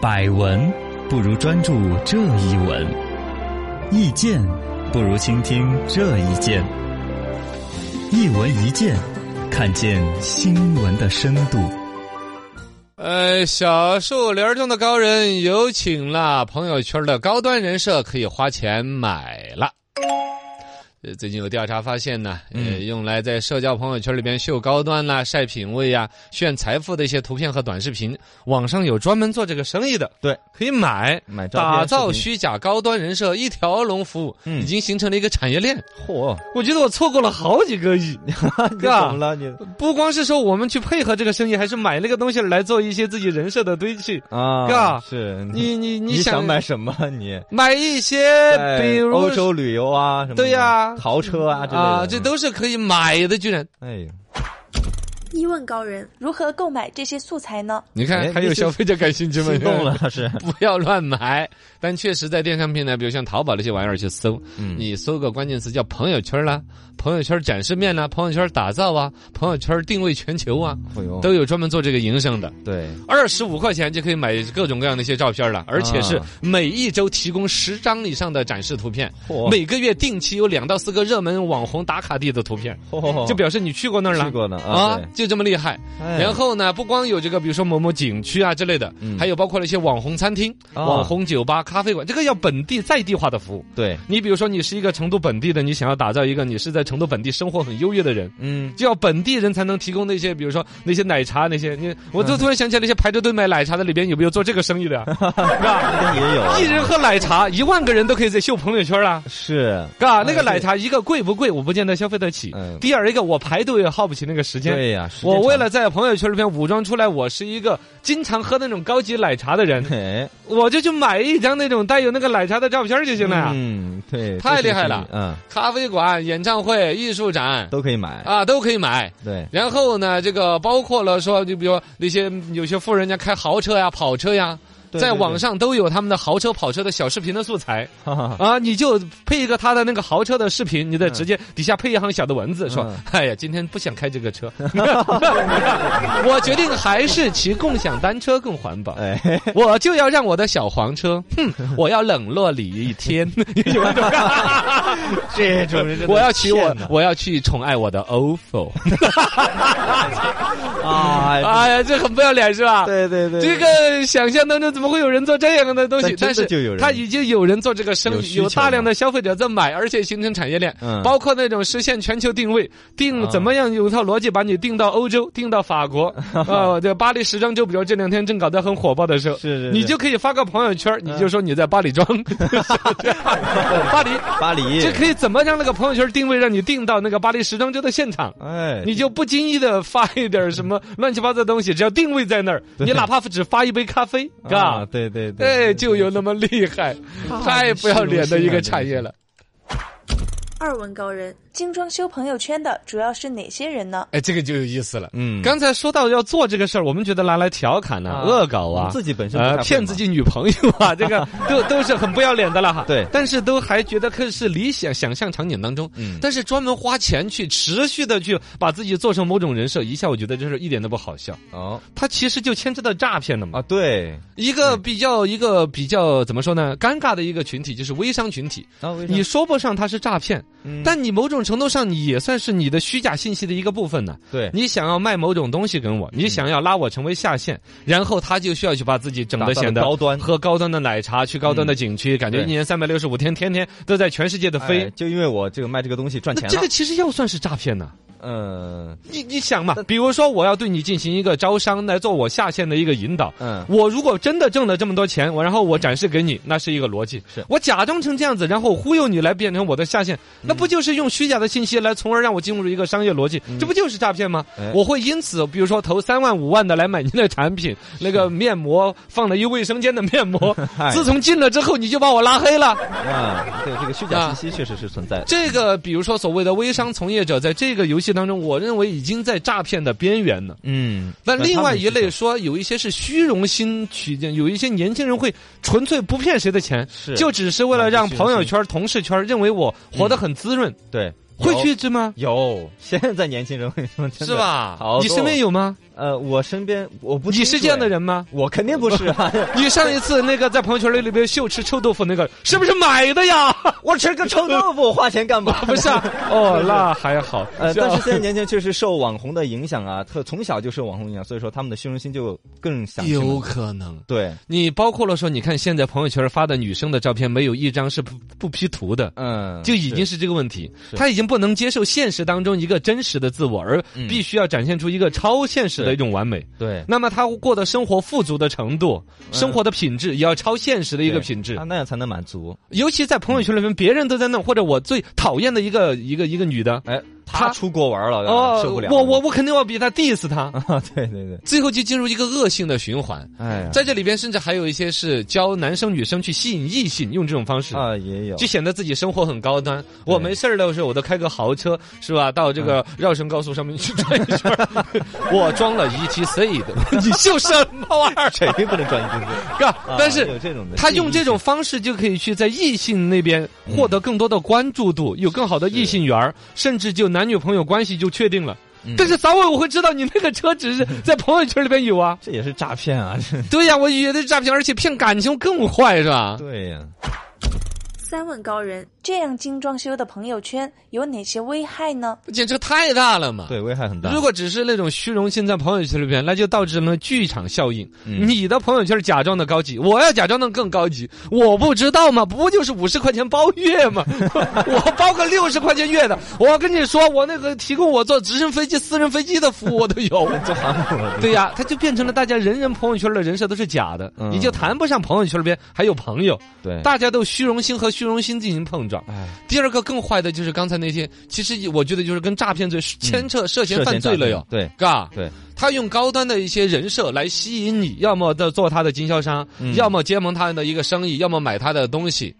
百闻不如专注这一闻，意见不如倾听这一见。一闻一见，看见新闻的深度。呃，小树林儿中的高人有请啦！朋友圈的高端人设可以花钱买了。呃最近有调查发现呢，呃，嗯用来在社交朋友圈里边秀高端啦、晒品味呀、炫财富的一些图片和短视频，网上有专门做这个生意的，对，可以买。买打造虚假高端人设一条龙服务，嗯已经形成了一个产业链。 嚯，我觉得我错过了好几个亿，你怎么了你不光是说我们去配合这个生意，还是买那个东西来做一些自己人设的堆砌。啊哥是你 你你哎想买什么？你买一些，在比如欧洲旅游啊什么的？对呀豪车啊之类的。啊，这都是可以买的。居然哎呀，一问高人如何购买这些素材呢？你哎看，还有你是消费者感兴趣吗？心动。了是？ 不要乱买，但确实在电商平台，比如像淘宝那些玩意儿去搜，嗯你搜个关键词叫朋友圈啦、朋友圈展示面啦、朋友圈打造啊、朋友圈定位全球啊，哎呦都有专门做这个营生的。对，二十五块钱就可以买各种各样的一些照片了，而且是啊每一周提供十张以上的展示图片，嚯每个月定期有两到四个热门网红打卡地的图片，嚯就表示你哦去过那儿了去。过呢啊啊，对，就这么厉害。哎然后呢，不光有这个，比如说某某景区啊之类的，嗯还有包括了一些网红餐厅、啊网红酒吧、咖啡馆，这个要本地在地化的服务。对，你比如说，你是一个成都本地的，你想要打造一个你是在成都本地生活很优越的人，嗯，就要本地人才能提供那些，比如说那些奶茶那些。你我就突然想起来，那些排着队买奶茶的里边有没有做这个生意 的啊呀？那也有一人喝奶茶，一万个人都可以在秀朋友圈啊，是，嘎，那个奶茶一个贵不贵，我不见得消费得起嗯。第二一个，我排队也耗不起那个时间。对呀，时间我为长，了在朋友圈里边武装出来，我是一个经常喝那种高级奶茶的人 哎，我就去买一张那种带有那个奶茶的照片就行了呀。嗯，对，啊太这是厉害生意了嗯，咖啡馆、演唱会、艺术展都可以买，啊，都可以买。对，然后呢，这个包括了说，就比如那些有些富人家开豪车呀、跑车呀，对在对网对上都有他们的豪车、跑车的小视频的素材哈哈，啊，你就配一个他的那个豪车的视频，你再直接底下配一行小的文字，说嗯：“ 哎呀，今天不想开这个 车， 我决定还是骑共享单车更环保。”哎，我就要让我的小黄车，哼， 我要冷落你一天， 有一种，这种 人真的我要骑我欠呐，我要去宠爱我的 ofo，啊，哎呀，这很不要脸是吧？对对对，这个想象当中怎么会有人做这样的东西？呃但真的但是就有人他已经有人做这个生有意，需求有大量的消费者在买，而且形成产业链。嗯包括那种实现全球定位，定啊怎么样有一套逻辑把你定到欧洲，定到法国， 呃，这巴黎时装周，比如这两天正搞得很火爆的时候，是是是嗯你就可以发个朋友圈，你就说你在巴黎 庄，巴黎，巴黎，这可以怎么让那个朋友圈定位让你定到那个巴黎时装周的现场？哎，你就不经意的发一点 什么乱七八糟的东西，只要定位在那儿，对你哪怕只发一杯咖啡，啊，嘎，对对哎，就有那么厉害，太不要脸的一啊个产业了。二问高人，精装修朋友圈的主要是哪些人呢？哎，这个就有意思了。嗯，刚才说到要做这个事儿，我们觉得拿来调侃呢、啊恶搞啊，自己本身不太呃会骗嘛自己女朋友 啊，这个都都是很不要脸的了哈。对但是都还觉得可是理想想象场景当中，嗯但是专门花钱去持续的去把自己做成某种人设，一下我觉得这是一点都不好笑，哦它其实就牵扯到诈骗了嘛。啊，对，一嗯个比较一个比较怎么说呢？尴尬的一个群体就是微商群体，啊，为你说不上它是诈骗，嗯但你某种程度上你也算是你的虚假信息的一个部分呢。对嗯你想要卖某种东西给我，你想要拉我成为下线，然后他就需要去把自己整打的造显得高端嗯喝高端的奶茶，去高端的景区，感觉对一年三百六十五天，天天都在全世界的哎飞。就因为我这个卖这个东西赚那钱这了个，其实要算是诈骗呢、嗯你你想嘛，比如说我要对你进行一个招商，来做我下线的一个引导，嗯，我如果真的挣了这么多钱，我然后我展示给你，那是一个逻辑。是我假装成这样子，然后忽悠你来变成我的下线，嗯那不就是用虚假的信息来，从而让我进入一个商业逻辑？这不就是诈骗吗？嗯哎我会因此，比如说投三万五万的来买您的产品，那个面膜放了一卫生间的 面膜哎，自从进了之后你就把我拉黑了。啊，对，这个虚假信息确实是存在的，这个比如说所谓的微商从业者，在这个游戏当中，我认为已经在诈骗的边缘了。嗯，那另外一类是说，有一些是虚荣心取见，有一些年轻人会纯粹不骗谁的钱，是就只是为了让朋友圈、同事圈认为我活得很滋润，对，会去这吗？有有现在年轻人会说是？吧好？多你身边有吗？呃，我身边我不哎你是这样的人，人吗？我肯定不是 啊，你上一次那个在朋友圈里里边秀吃臭豆腐那个，是不是买的呀？我吃个臭豆腐，我花钱 干嘛？不是啊，哦，那还好。呃，但是现在年轻人确实受网红的影响啊，特从小就受网红影响，所以说他们的虚荣心就更想去 有可能。对，你包括了说，你看现在朋友圈发的女生的照片，没有一张是不不 P 图的，嗯，就已经是这个问题。是她已经不能接受现实当中一个真实的自我，而嗯必须要展现出一个超现实的一种完美。对。那么她过的生活富足的程度，嗯生活的品质也要超现实的一一个品质啊，。那样才能满足。尤其在朋友圈里面，别人都在那，或者我最讨厌的一个一个一个女的，哎，他哦他出国玩了，呃受不了了。我我我肯定要比她 diss 她，啊， 对对对，最后就进入一个恶性的循环。哎呀，在这里边，甚至还有一些是教男生女生去吸引异性，用这种方式。啊也有就，显得自己生活很高端。我没事儿的时候，我都开个豪车，是吧？到这个绕城高速上面去转一圈儿， 我装了 ETC 的， 你秀什么玩意儿？谁不能转移进去？哥， 但 啊有是这种的，他用这种方式就可以去在异性那边获得更多的关注度，有更好的异性缘儿，甚至就男女朋友关系就确定了。嗯但是早晚我会知道你那个车只 是在朋友圈里边有啊，这也是诈骗啊！这对呀、我觉得诈骗，而且骗感情更坏是吧？对呀、三问高人，这样精装修的朋友圈有哪些危害呢？简直太大了嘛！对危害很大。如果只是那种虚荣心在朋友圈里边，那就导致了剧场效应。嗯你的朋友圈假装的高级，我要假装的更高级，我不知道吗？不就是五十块钱包月吗？ 我包个六十块钱月的，我跟你说，我那个提供我坐直升飞机、私人飞机的服务我都 有。做航母了，对呀、它就变成了大家人人朋友圈的人设都是假的，嗯你就谈不上朋友圈里边还有朋友，对，大家都虚荣心和虚荣心进行碰撞。哎，第二个更坏的就是刚才那些，其实我觉得就是跟诈骗罪牵扯涉嫌嗯涉犯嫌诈罪了骗哟。对，嘎，对，他用高端的一些人设来吸引你，要么的做他的经销商，嗯要么结盟他的一个生意，要么买他的东西，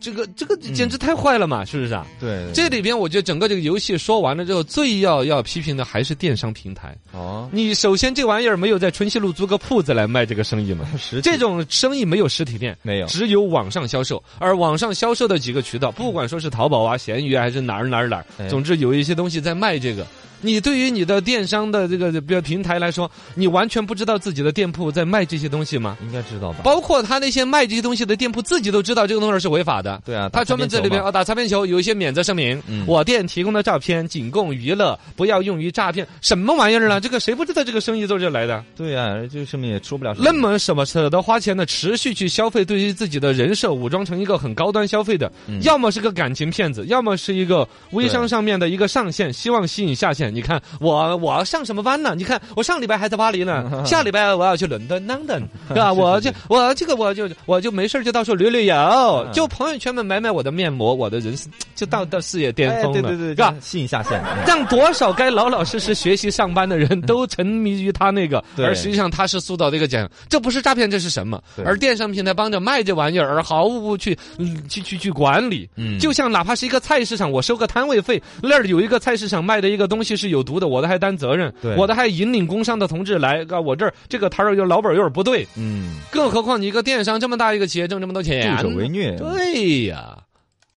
这个这个简直太坏了嘛，是不是啊？嗯对，对这里边我觉得整个这个游戏说完了之后，最要要批评的还是电商平台。哦，你首先这玩意儿没有在春熙路租个铺子来卖这个生意嘛， 实体这种生意没有实体店，没有只有网上销售。而网上销售的几个渠道，不管说是淘宝啊、闲鱼啊，还是哪儿哪儿哪儿，嗯哎总之有一些东西在卖这个。你对于你的电商的这个比如平台来说，你完全不知道自己的店铺在卖这些东西吗？应该知道吧？包括他那些卖这些东西的店铺自己都知道这个东西是违法的。对啊，他专门在里边啊，啊打擦边球，有一些免责声明。嗯我店提供的照片仅供娱乐，不要用于诈骗。什么玩意儿啊？这个谁不知道这个生意做这来的？对啊，这上面也出不了什么。那么什么舍得花钱的，持续去消费，对于自己的人设武装成一个很高端消费的，嗯要么是个感情骗子，要么是一个微商对上面的一个上线，希望吸引下线。你看我我上什么班呢？你看我上礼拜还在巴黎 呢，下礼拜我要去伦敦 London，对吧？我这我这个我就我就没事儿就到处旅旅游，就朋友圈们买买我的面膜，我的人就到到事业巅哎，峰了，对对对，是吧对，？吸引下线。嗯让多少该老老实实学习上班的人都沉迷于他那个，对而实际上他是塑造的一个假象，这不是诈骗，这是什么？对而电商平台帮着卖这玩意儿，而毫无去嗯去去去管理。嗯就像哪怕是一个菜市场，我收个摊位费，那儿有一个菜市场卖的一个东西是有毒的，我的还担责任对，我的还引领工商的同志来，啊，我这儿这个摊儿有老板有点不对，嗯，更何况你一个电商这么大一个企业挣这么多钱，助手为虐。对呀，